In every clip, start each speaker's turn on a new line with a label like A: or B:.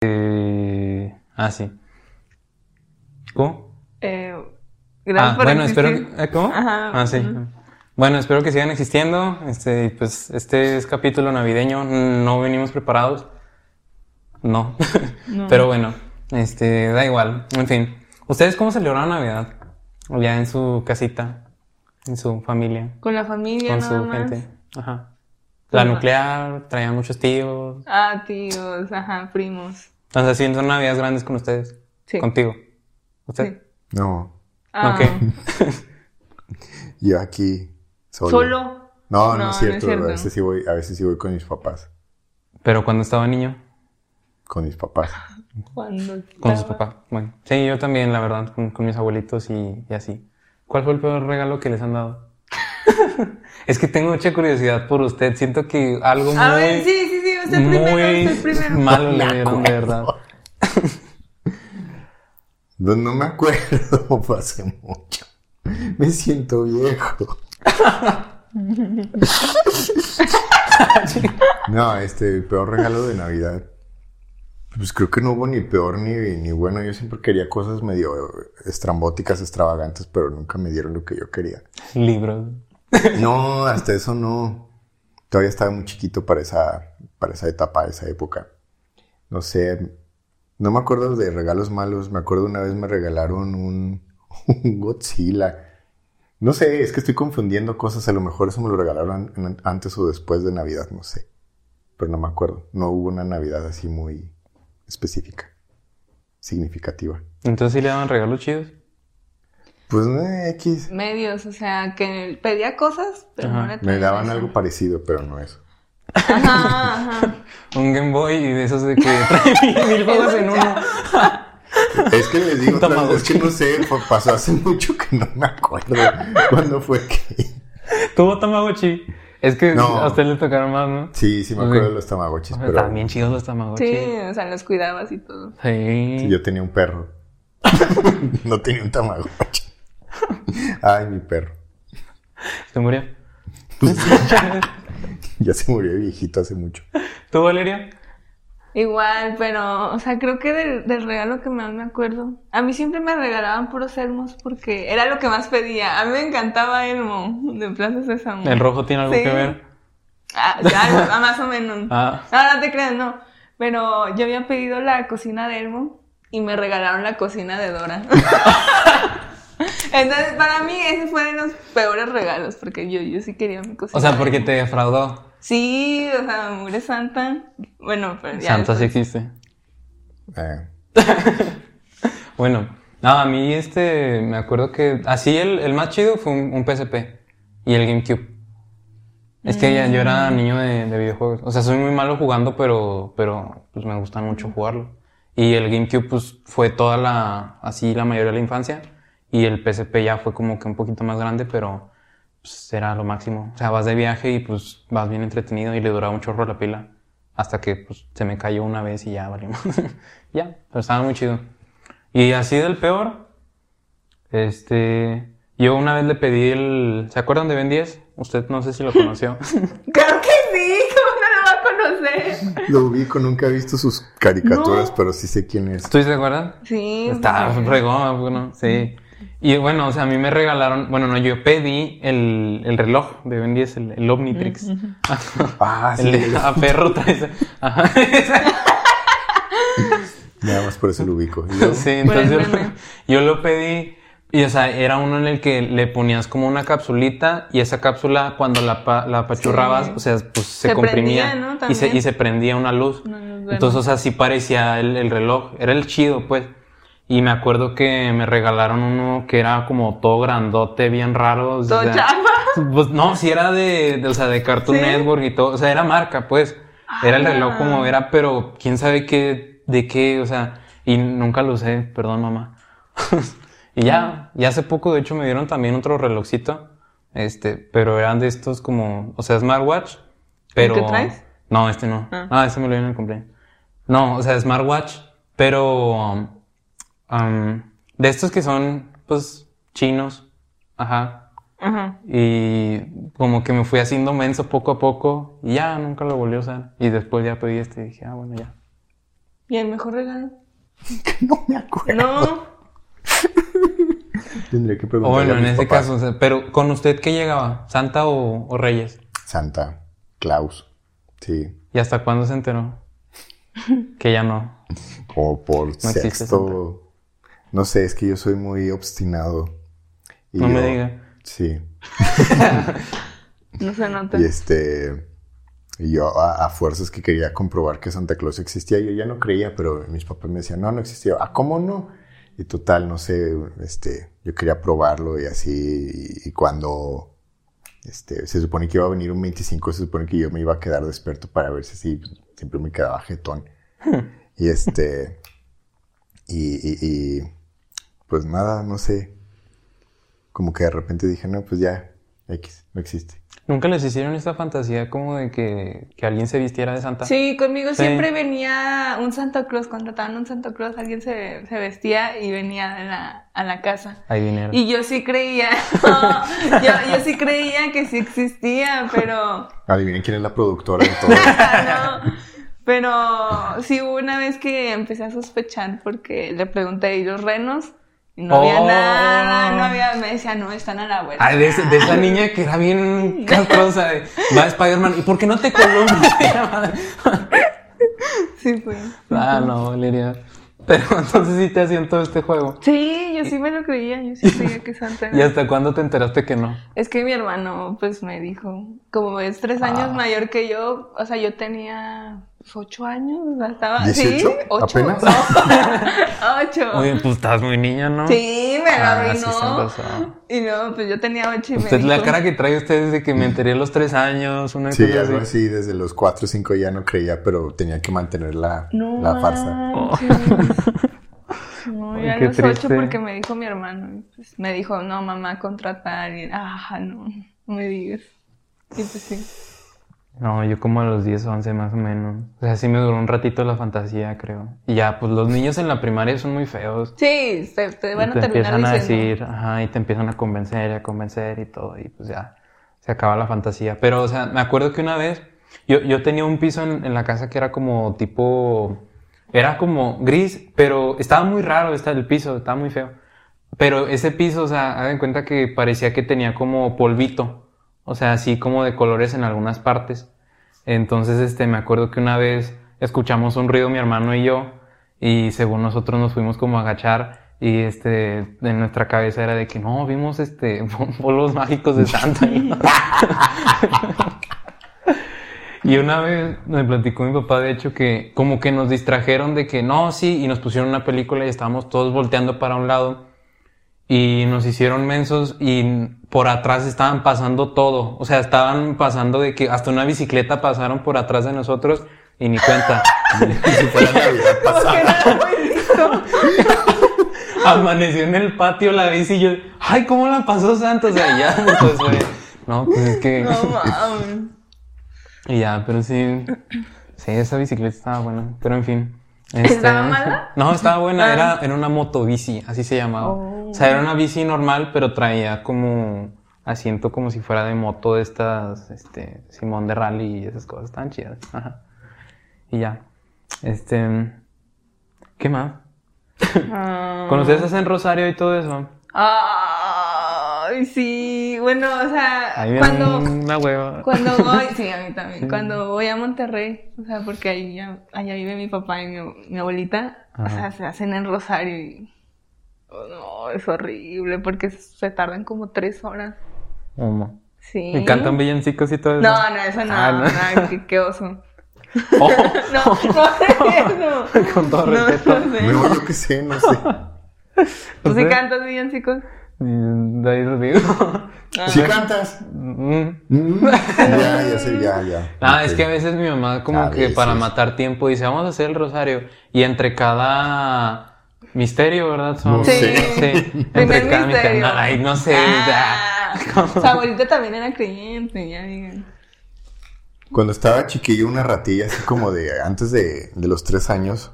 A: Eh, ah, sí. ¿Cómo?
B: Eh,
A: Ah,
B: gracias por
A: bueno,
B: existir.
A: espero que... ¿eh, ¿Cómo?
B: Ajá.
A: Ah, sí. Bueno, espero que sigan existiendo. Este, y pues este es capítulo navideño. No venimos preparados. No.
B: No.
A: Pero bueno, este, da igual. En fin. ¿Ustedes cómo celebraron Navidad? Ya en su casita, en su familia,
B: Con la familia,
A: con
B: nada
A: su
B: más. Pues
A: gente. Ajá. La
B: Ajá.
A: nuclear, traían muchos tíos.
B: Ah, tíos, ajá, primos.
A: Entonces, sí, son Navidades grandes con ustedes.
B: Sí.
A: Contigo. ¿Usted?
B: Sí.
C: No,
B: Ah,
A: Ok.
C: yo aquí solo.
B: ¿Solo?
C: No, no,
B: No,
C: es
B: no es
C: cierto.
B: cierto.
C: A veces sí voy, a veces sí voy con mis papás,
A: Pero cuando estaba niño,
C: con mis papás.
B: Cuando
A: con sus
B: estaba-
A: papás. Bueno, sí, yo también, la verdad, con, con mis abuelitos y, y así. ¿Cuál fue el peor regalo que les han dado? es que tengo mucha curiosidad por usted. Siento que algo muy,
B: A ver, sí, sí, sí, usted
A: muy
B: primero, usted primero.
A: malo le dieron, de verdad.
C: No, no me acuerdo, fue hace mucho. Me siento viejo. No, este, el peor regalo de Navidad. Pues creo que no hubo ni peor ni, ni bueno. Yo siempre quería cosas medio estrambóticas, extravagantes, pero nunca me dieron lo que yo quería.
A: Libros.
C: No, hasta eso no. Todavía estaba muy chiquito para esa, para esa etapa, esa época. No sé, no me acuerdo de regalos malos. Me acuerdo una vez me regalaron un, un Godzilla. No sé, es que estoy confundiendo cosas. A lo mejor eso me lo regalaron an- antes o después de Navidad, no sé. Pero no me acuerdo. No hubo una Navidad así muy específica, significativa.
A: Entonces sí le daban regalos chidos.
C: Pues, eh, X.
B: Medios, o sea, que pedía cosas, pero
A: Ajá.
B: no le
C: Me
B: traían
C: daban
B: eso.
C: algo parecido, pero no eso.
B: Ajá, ajá.
A: Un Game Boy y de esos de que trae mil, mil juegos en uno.
C: Es que les digo,
A: Un
C: otra vez, es
A: Tamagotchi.
C: que no sé, fue- pasó hace mucho que no me acuerdo cuándo fue que.
A: Tuvo Tamagotchi. Es que
C: No.
A: a usted le tocaron más, ¿no?
C: Sí, sí me acuerdo de los Tamagotchis,
A: Están
C: pero
A: bien chidos los Tamagotchi.
B: Sí, o sea, los cuidabas y todo.
A: Sí.
C: yo tenía un perro. No tenía un Tamagotchi. Ay, mi perro.
A: Se murió.
C: Ya se murió de viejito hace mucho.
A: ¿Tú, Valeria?
B: Igual, pero, o sea, creo que del, del regalo que más me acuerdo. A mí siempre me regalaban puros elmos porque era lo que más pedía. A mí me encantaba elmo de Plaza Sésamo.
A: ¿El rojo tiene algo
B: Sí.
A: que ver?
B: Ah, ya, algo, ah, más o menos.
A: Ah.
B: No, no te creas, no. Pero yo había pedido la cocina de Elmo y me regalaron la cocina de Dora. Entonces, para mí, ese fue de los peores regalos porque yo, yo sí quería mi cocina.
A: O sea,
B: de
A: porque
B: Elmo.
A: te defraudó.
B: Sí, o sea, mugre santa. Bueno, pero ya.
A: Santa sí
B: después-
A: existe.
C: Eh,
A: Bueno, no, a mí este, me acuerdo que así el, el más chido fue un, un PSP y el GameCube. Es que ya- yo era niño de, de videojuegos. O sea, soy muy malo jugando, pero, pero pues, me gusta mucho jugarlo. Y el GameCube pues, fue toda la, así la mayoría de la infancia. Y el PSP ya fue como que un poquito más grande, pero pues, era lo máximo. O sea, vas de viaje y pues vas bien entretenido y le duraba un chorro la pila. Hasta que pues, se me cayó una vez y ya valimos. ya, pero estaba muy chido. Y así del peor, este, yo una vez le pedí el, ¿se acuerdan de Ben 10? Usted no sé si lo conoció.
B: Claro que sí, ¿cómo no lo va a conocer?
C: lo ubico, nunca he visto sus caricaturas,
B: No.
C: pero sí sé quién es.
A: ¿Ustedes se acuerdan?
B: Sí.
A: Está
B: pues,
A: fregón, bueno, sí. Y bueno, o sea, a mí me regalaron, bueno, no, yo pedí el, el reloj de Ben 10, el, el Omnitrix.
C: Ah, sí.
A: El de a perro traes. Ajá.
C: Nada más por eso lo ubico. Y luego,
A: Sí,
B: Por el
A: entonces
B: meme.
A: yo lo pedí y, o sea, era uno en el que le ponías como una capsulita y esa cápsula cuando la, pa- la apachurrabas,
B: Sí.
A: o sea, pues se,
B: Se
A: comprimía
B: prendía, ¿no?
A: y, se,
B: También.
A: y se prendía una luz.
B: Una luz verde.
A: Entonces, o sea, sí parecía el, el reloj, era el chido, pues. Y me acuerdo que me regalaron uno que era como todo grandote, bien raro. o
B: Todo
A: sea,
B: chafa.
A: pues no, sí era de, de- o sea, de Cartoon
B: Sí.
A: Network y todo, o sea, era marca, pues. Era el
B: Ah.
A: reloj como era, pero quién sabe qué, de qué, o sea, y nunca lo usé, perdón, mamá. y ya, ya hace poco, de hecho, me dieron también otro relojcito, este, pero eran de estos como, o sea, smartwatch, pero...
B: que traes?
A: No, este no.
B: Ah.
A: Ah, este me lo dieron en el cumpleaños. No, o sea, smartwatch, pero... um, um, de estos que son, pues, chinos. Ajá.
B: Ajá.
A: Y como que me fui haciendo menso poco a poco y ya nunca lo volví a usar. Y después ya pedí este y dije, ah, bueno, ya.
B: ¿Y el mejor regalo?
C: No me acuerdo.
B: No.
C: Tendría que
A: O
C: preguntarle
A: bueno,
C: a
A: en
C: mis
A: ese
C: papás.
A: caso, o sea, pero ¿con usted qué llegaba? ¿Santa o, o Reyes?
C: Santa Claus. Sí.
A: ¿Y hasta cuándo se enteró? que ya no.
C: O por
A: existe
C: sexto. No sé, es que yo soy muy obstinado. Y
A: No me
C: yo-
A: diga.
C: Sí.
B: No se nota.
C: Y este. Y yo a, a fuerzas que quería comprobar que Santa Claus existía, yo ya no creía, pero mis papás me decían, no, no existía. ¿Ah, cómo no? Y total, no sé, este, yo quería probarlo y así. Y, y cuando este, se supone que iba a venir un 25, se supone que yo me iba a quedar despierto para ver si así, siempre me quedaba jetón. y este. Y, y- y, pues nada, no sé. Como que de repente dije, no, pues ya, X, no existe.
A: ¿Nunca les hicieron esta fantasía como de que, que alguien se vistiera de Santa?
B: Sí, conmigo
A: Sí.
B: siempre venía un Santa Claus, contrataban un Santa Claus, alguien se, se vestía y venía a la, a la casa.
A: Hay dinero.
B: Y yo sí creía, yo, yo sí creía que sí existía, pero
C: Adivinen quién es la productora de todo.
B: no. Pero sí hubo una vez que empecé a sospechar porque le pregunté y los renos y no había
A: Oh.
B: nada, no había, me decía, no, están a la vuelta.
A: Ay, Ah, de, ese- de esa niña que era bien castrosa de, va Spider-Man, ¿y por qué no te columnas?
B: Sí, fue.
A: ah, no, Valeria. Pero entonces sí te hacían todo este juego.
B: Sí, yo sí me lo creía, yo sí creía que Santa era.
A: ¿Y hasta cuándo te enteraste que no?
B: Es que mi hermano, pues me dijo, como es
A: Ah.
B: tres años mayor que yo, o sea, yo tenía pues, ocho años, o sea, estaba. ¿Sí?
C: ¿18?
B: ¿Ocho?
C: ¿Apenas?
B: no, ocho.
A: Oye, pues estás muy niña, ¿no?
B: Sí, me lo
A: Ah, sí se
B: arruinó.
A: empezó.
B: y no, pues yo tenía ocho y me
A: Usted, la
B: dijo-
A: cara que trae usted es de que me enteré a los tres años, una
C: Sí,
A: cosa
C: algo
A: Mm. así.
C: así, desde los 4 o 5 ya no creía, pero tenía que mantener la,
B: No
C: la farsa.
B: manches. No,
A: Ay,
B: yo a
A: qué
B: los ocho
A: triste.
B: porque me dijo mi hermano. y, pues, me dijo, no, mamá, contrata a alguien. Ah, no, no me digas. Y pues sí.
A: No, yo como a los 10 o 11 más o menos. O sea, sí me duró un ratito la fantasía, creo. Y ya, pues los niños en la primaria son muy feos.
B: Sí, te, te van
A: y
B: a
A: te
B: terminar
A: empiezan a
B: diciendo.
A: decir, ajá, y te empiezan a convencer y a convencer y todo, y pues ya se acaba la fantasía. Pero, o sea, me acuerdo que una vez yo, yo tenía un piso en, en la casa que era como tipo, era como gris, pero estaba muy raro está el piso, estaba muy feo. Pero ese piso, o sea, hagan cuenta que parecía que tenía como polvito, o sea, así como de colores en algunas partes. Entonces, este, me acuerdo que una vez escuchamos un ruido mi hermano y yo, y según nosotros nos fuimos como a agachar, y este, en nuestra cabeza era de que no, vimos este, bolos mágicos de Santa. Y una vez me platicó mi papá, de hecho, que como que nos distrajeron de que no, sí, y nos pusieron una película y estábamos todos volteando para un lado y nos hicieron mensos y por atrás estaban pasando todo. O sea, estaban pasando de que hasta una bicicleta pasaron por atrás de nosotros y ni cuenta.
C: Si fuera Navidad
B: Como
C: pasada.
B: que no era muy listo.
A: Amaneció en el patio la bici y yo, ay, ¿cómo la pasó Santa? O sea, ya, pues, fue, no, pues es que...
B: No mames.
A: Y ya, pero sí. Sí, esa bicicleta estaba buena. Pero en fin. este,
B: ¿Estaba mala?
A: No, estaba buena.
B: Ah.
A: Era, era una motobici, así se llamaba.
B: Oh.
A: O sea, era una bici normal, pero traía como asiento como si fuera de moto de estas, este, Simón de Rally y esas cosas tan chidas. Ajá. Y ya. Este. ¿Qué más?
B: Ah.
A: ¿Con ustedes hacen Rosario y todo eso?
B: Ah. Ay, sí. Bueno, o sea,
A: Ahí viene
B: cuando,
A: una hueva.
B: cuando voy, sí, a mí también, cuando voy a Monterrey, o sea, porque ahí ya- allá vive mi papá y mi, mi abuelita, o sea,
A: Ajá.
B: se hacen en Rosario y... oh, no, es horrible porque se tardan como tres horas.
A: Humo.
B: Sí.
A: ¿Y cantan villancicos y todo eso?
B: No, no, eso no,
A: Ah, no.
B: no, qué, qué oso.
A: Oh.
B: No, no, eso.
A: Con todo
B: No,
A: respeto.
B: no sé.
C: No, yo qué sé, no sé.
B: ¿Tú sí
A: ¿Usted?
B: cantas villancicos?
A: Mm, De ahí lo digo.
B: Ah,
C: ¿Sí cantas?
A: Mm.
C: Mm, ya, ya sé, ya, ya.
A: Ah,
C: Ok. Ah,
A: es que a veces mi mamá como
C: A
A: que para
C: veces.
A: matar tiempo dice, vamos a hacer el rosario. Y entre cada misterio, ¿verdad? Son-
C: No
B: Sí.
C: sé.
A: Entre
B: Primer
A: cada misterio.
B: misterio.
A: Ay, no sé.
B: Ah,
A: Ah.
B: Su abuelita también era creyente, ya digan.
C: Cuando estaba chiquillo, una ratilla, así como de antes de, de los tres años,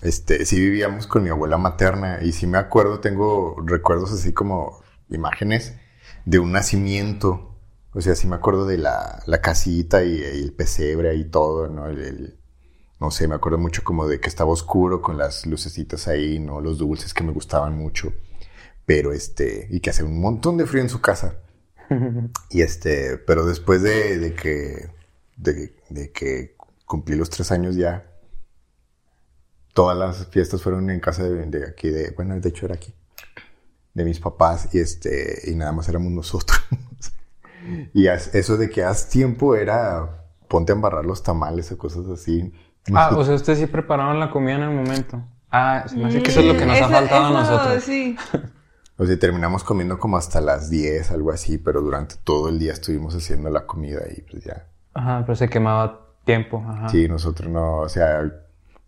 C: este, sí vivíamos con mi abuela materna y sí me acuerdo, tengo recuerdos así como imágenes de un nacimiento. O sea, sí me acuerdo de la, la casita y, y el pesebre y todo, ¿no? El, el- no sé, me acuerdo mucho como de que estaba oscuro con las lucecitas ahí, ¿no? Los dulces que me gustaban mucho. Pero este, y que hace un montón de frío en su casa. Y este, pero después de, de que, de, de que cumplí los tres años ya, todas las fiestas fueron en casa de, de aquí, de, bueno, de hecho era aquí, de mis papás y este, y nada más éramos nosotros. y as- eso de que haz tiempo era ponte a embarrar los tamales o cosas así.
A: Ah, o sea, ustedes sí preparaban la comida en el momento. Ah, se me hace que eso es lo que nos ha
B: Eso-
A: faltado a
B: eso,
A: nosotros.
B: Sí.
C: O sea, terminamos comiendo como hasta las 10, algo así, pero durante todo el día estuvimos haciendo la comida y pues ya.
A: Ajá, pero se quemaba tiempo. Ajá.
C: Sí, nosotros no, o sea,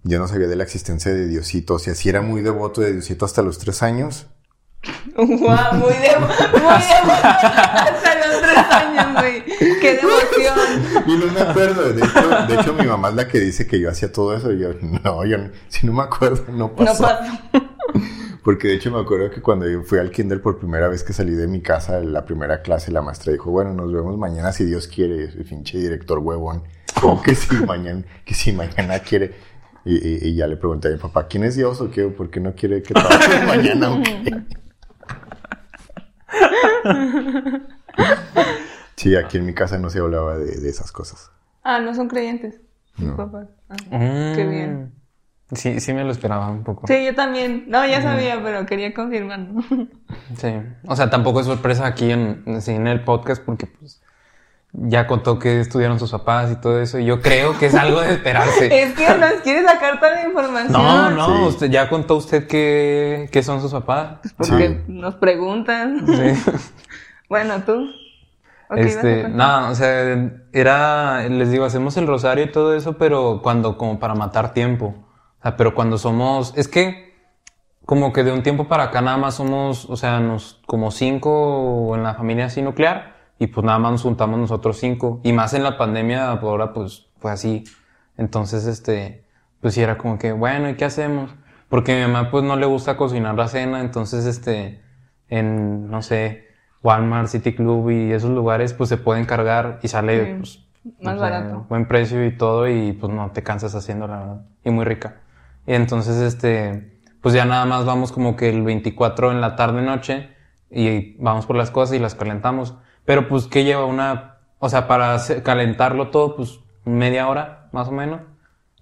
C: yo no sabía de la existencia de Diosito. O sea, si era muy devoto de Diosito hasta los tres años.
B: Guau, muy de muy devoto. Hasta los tres años, güey. Qué devoción.
C: Y no me acuerdo. De hecho, de hecho, mi mamá es la que dice que yo hacía todo eso. Y yo, no, yo, no- si no me acuerdo, no
B: No
C: pasó.
B: pasó.
C: Porque de hecho me acuerdo que cuando yo fui al kinder por primera vez que salí de mi casa, la primera clase, la maestra dijo, bueno, nos vemos mañana si Dios quiere. Y ese pinche director huevón. Como que si mañana, que si mañana quiere. Y, y- y ya le pregunté a mi papá, ¿quién es Dios o qué? ¿Por qué no quiere que trabaje mañana o qué? Sí, aquí en mi casa no se hablaba de, de esas cosas.
B: Ah, no son creyentes. Mis papás. Ah.
A: Mm.
B: Qué bien.
A: Sí, sí me lo esperaba un poco.
B: Sí, yo también. No,
A: Mm.
B: ya sabía, pero quería confirmarlo.
A: Sí. O sea, tampoco es sorpresa aquí en, sí, en el podcast porque pues ya contó que estudiaron sus papás y todo eso. Y yo creo que es algo de esperarse.
B: Es que nos quiere sacar toda la información.
A: No, no,
C: Sí.
A: usted, ya contó usted que, que son sus papás.
B: Porque
C: Sí.
B: nos preguntan.
A: Sí.
B: Bueno, tú. Ok,
A: este,
B: vas a
A: nada, o sea, era, les digo, hacemos el rosario y todo eso, pero cuando, como para matar tiempo. O sea, pero cuando somos, es que, como que de un tiempo para acá nada más somos, o sea, nos, como cinco en la familia así nuclear, y pues nada más nos juntamos nosotros cinco. Y más en la pandemia, por ahora pues fue así. Entonces, este, pues sí era como que, bueno, ¿y qué hacemos? Porque mi mamá pues no le gusta cocinar la cena, entonces, este, en, no sé, Walmart, City Club y esos lugares, pues se pueden cargar y sale,
B: Sí,
A: pues,
B: más
A: o sea,
B: barato.
A: buen precio y todo, y pues no te cansas haciendo, la verdad. Y muy rica. Y entonces, este, pues ya nada más vamos como que el 24 en la tarde, noche, y vamos por las cosas y las calentamos. Pero pues, ¿qué lleva una, o sea, para hacer- calentarlo todo, pues media hora, más o menos?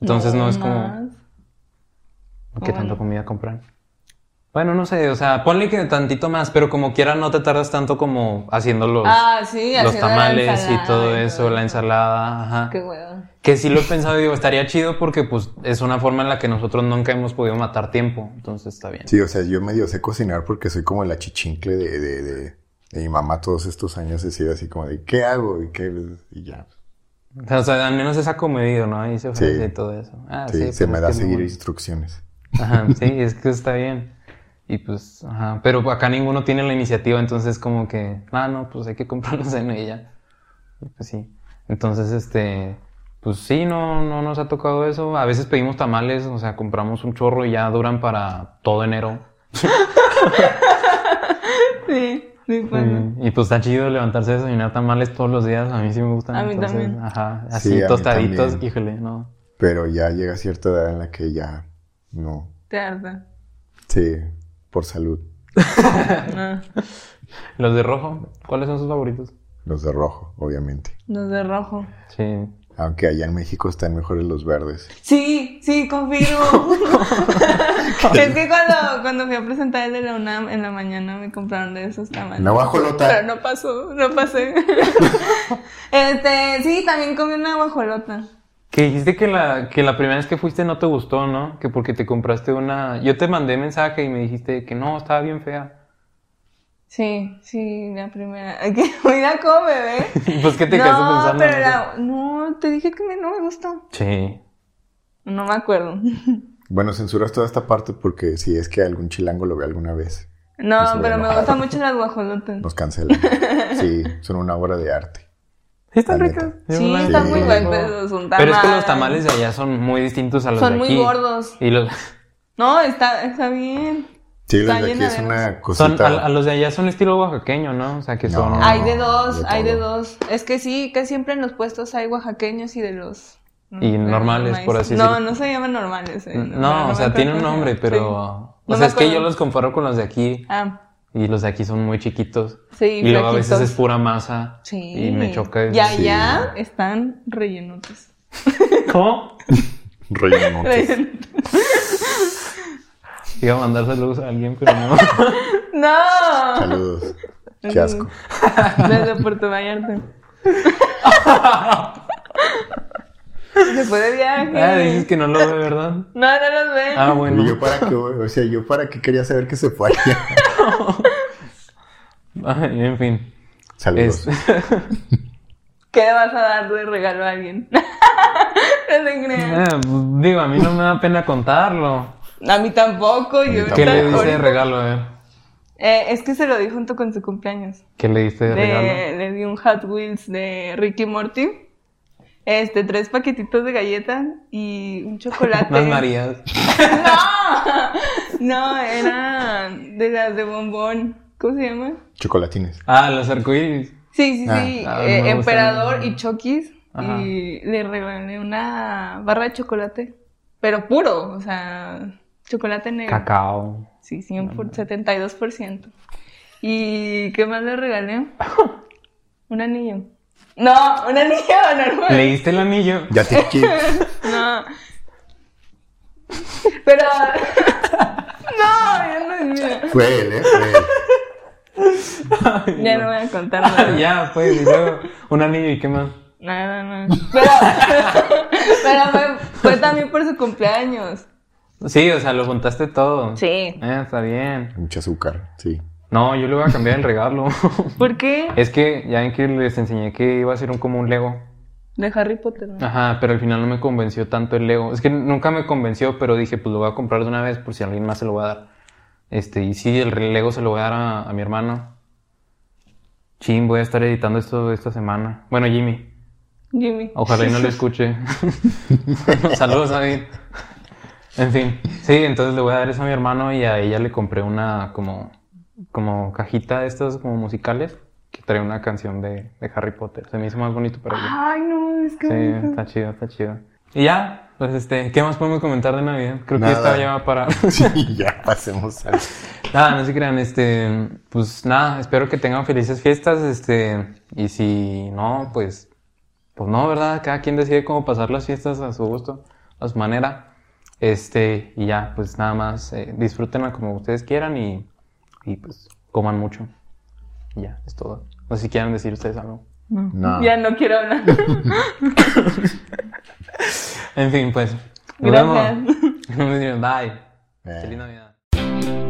A: Entonces no, es
B: más.
A: como, ¿qué
B: Bueno.
A: tanta comida comprar? Bueno, no sé, o sea, ponle que tantito más, pero como quiera no te tardas tanto como haciendo los,
B: Ah, sí,
A: los
B: haciendo la
A: tamales y
B: ensalada
A: todo
B: y
A: eso,
B: todo
A: la
B: eso.
A: ensalada, ajá.
B: Qué huevo.
A: Que sí lo he pensado, digo, estaría chido porque pues es una forma en la que nosotros nunca hemos podido matar tiempo, entonces está bien.
C: Sí, o sea, yo medio sé cocinar porque soy como la chichincle de, de, de- de mi mamá todos estos años. He sido así como de, ¿qué hago? Y, qué? y ya.
A: O sea, al menos es acomedido, ¿no? Y se ofrece
C: Sí.
A: y todo eso. Ah,
C: Sí,
A: sí,
C: se
A: pero
C: me
A: es
C: da
A: que es
C: seguir
A: muy-
C: instrucciones.
A: Ajá, sí, es que está bien. Y pues, ajá, pero acá ninguno tiene la iniciativa, entonces como que, ah, no, pues hay que comprarlos en ella. Y pues sí. Entonces, este, pues sí, no, no nos ha tocado eso. A veces pedimos tamales, o sea, compramos un chorro y ya duran para todo enero.
B: Sí, sí, pasa.
A: Y, y, pues está chido levantarse a desayunar tamales todos los días, a mí sí me gustan.
B: A mí
A: entonces,
B: también.
A: Ajá,
C: Sí,
A: así
C: a mí
A: tostaditos,
C: también.
A: híjole, no.
C: Pero ya llega cierta edad en la que ya no.
B: Te harta.
C: Sí, por salud.
B: Ah,
A: Los de rojo, ¿cuáles son sus favoritos?
C: Los de rojo, obviamente.
B: los de rojo.
A: Sí,
C: Aunque allá en México están mejores los verdes.
B: Sí, sí, confirmo. es que cuando, cuando fui a presentar el de la UNAM en la mañana me compraron de esos tamales.
C: Una guajolota.
B: Pero no pasó, no pasé. este, sí, también comí una guajolota.
A: Que dijiste que la, que la primera vez que fuiste no te gustó, ¿no? Que porque te compraste una... Yo te mandé mensaje y me dijiste que no, estaba bien fea.
B: Sí, sí, la primera. Ay, Que mira cómo me ve.
A: pues que te quedaste
B: ¿eh? No,
A: pensando. en
B: pero
A: eso?
B: la- no, te dije que me- no me gustó.
A: Sí.
B: No me acuerdo.
C: Bueno, censuras toda esta parte porque si es que algún chilango lo ve alguna vez,
B: No,
C: se ve
B: pero me
C: enojado.
B: gustan mucho las guajolotas.
C: nos cancelan. Sí, son una obra de arte.
A: Sí, están
C: La
A: ricas.
C: neta.
A: Yo
B: Sí,
A: me las
C: están
A: comí,
C: muy
A: pero-
B: buenas, son
A: Pero es que los
B: tamales.
A: tamales de allá son muy distintos a los
B: Son
A: de
B: muy
A: aquí.
B: gordos.
A: Y los...
C: Pues
B: No, está, está bien.
C: Sí, los
B: Está
C: de aquí
B: llena
C: es
B: de
C: una cosita.
A: Son, a, a los de allá son estilo oaxaqueño, ¿no? O sea, que son...
B: Ah,
C: No.
B: Hay de dos,
C: de
B: hay de
C: todo.
B: dos. Es que sí, que siempre en los puestos hay oaxaqueños y de los
A: y normales, por así
B: no,
A: decirlo.
B: No, no se llaman normales. eh,
A: No,
B: pero
A: o
B: me
A: sea,
B: acuerdo
A: tiene un
B: cómo se
A: nombre,
B: llama. Sí.
A: pero... O
B: No
A: sea,
B: me
A: es que yo
B: acuerdo.
A: los comparo con los de aquí
B: Ah,
A: y los de aquí son muy chiquitos.
B: sí,
A: Y luego a veces
B: flaquitos.
A: es pura masa.
B: Sí.
A: Y me choca.
B: Y
A: eso.
C: Sí.
B: allá están rellenotes.
A: ¿Cómo?
C: Rellenotes.
B: Rellenotes.
A: Iba a mandar saludos a alguien, pero no.
B: ¡No!
C: Saludos. Qué asco.
B: Desde Puerto Vallarta. Se fue de
A: ah, dices
B: viaje.
A: que no lo ve, ¿verdad?
B: No, no los ven.
A: Ah,
C: Y
A: bueno.
C: yo para qué, o sea, yo para qué quería saber que se fue allá.
A: Ay, Ah, en fin.
C: Saludos.
A: Es-
B: ¿Qué le vas a dar de regalo a alguien? no se crean.
A: Eh, pues, digo, a mí no me da pena contarlo.
B: A mí tampoco. Yo
C: mí
A: ¿Qué le
B: tampoco.
A: diste de regalo? A ver.
B: Eh, es que se lo di junto con su cumpleaños.
A: ¿Qué le diste de regalo?
B: De- le di un Hot Wheels de Ricky Morty. Este, tres paquetitos de galleta y un chocolate.
A: Unas Marías.
B: ¡No! No, era de las de bombón. ¿Cómo se llama?
C: Chocolatines.
A: Ah, los arcoíris.
B: Sí, sí,
C: Ah,
B: sí.
A: ah,
B: eh,
A: me gustan.
B: emperador y Chokis.
A: Ajá.
B: Y le regalé una barra de chocolate. Pero puro, o sea, chocolate negro.
A: Cacao.
B: Sí, 100 por- 72%. ¿Y qué más le regalé? Un anillo. No, un anillo normal.
A: ¿Le diste el anillo?
C: Ya te quiero.
B: No. Pero. No, ya no es mío.
C: Fue él, ¿eh? Fue él.
B: Ya no voy a contar nada.
A: ya, pues, y luego un anillo y qué más.
B: Nada, nada. Pero, pero fue, fue también por su cumpleaños.
A: Sí, o sea, lo juntaste todo.
B: Sí.
A: Eh, está bien.
C: Mucho azúcar, sí.
A: No, yo le voy a cambiar el regalo.
B: ¿Por qué?
A: es que ya ven que les enseñé que iba a ser un, como un Lego.
B: De Harry Potter. ¿no?
A: Ajá, pero al final no me convenció tanto el Lego. Es que nunca me convenció, pero dije, pues lo voy a comprar de una vez por si alguien más se lo va a dar. Este, y sí, el Lego se lo voy a dar a, a mi hermano. Chin, voy a estar editando esto esta semana. Bueno, Jimmy,
B: Jimmy.
A: ojalá y no lo escuche. Saludos, David. En fin, sí, entonces le voy a dar eso a mi hermano y a ella le compré una como, como cajita de estas como musicales que trae una canción de, de Harry Potter. Se me hizo más bonito para ella.
B: Ay, no, es que.
A: Sí, está chido, está chido. Y ya, pues este, ¿qué más podemos comentar de Navidad? Creo
C: Nada.
A: que esta ya va para.
C: Sí, ya pasemos al.
A: nada, no se crean, este, pues nada, espero que tengan felices fiestas, este, y si no, pues, pues no, ¿verdad? Cada quien decide cómo pasar las fiestas a su gusto, a su manera. Este, y ya, pues nada más, eh, disfrútenla como ustedes quieran y, y pues coman mucho. Y ya, es todo. No sé si quieran decir ustedes algo.
C: No.
B: Ya no quiero hablar.
A: En fin, pues. nos
B: Gracias.
A: vemos. Bye.
C: Eh.
A: Feliz Navidad.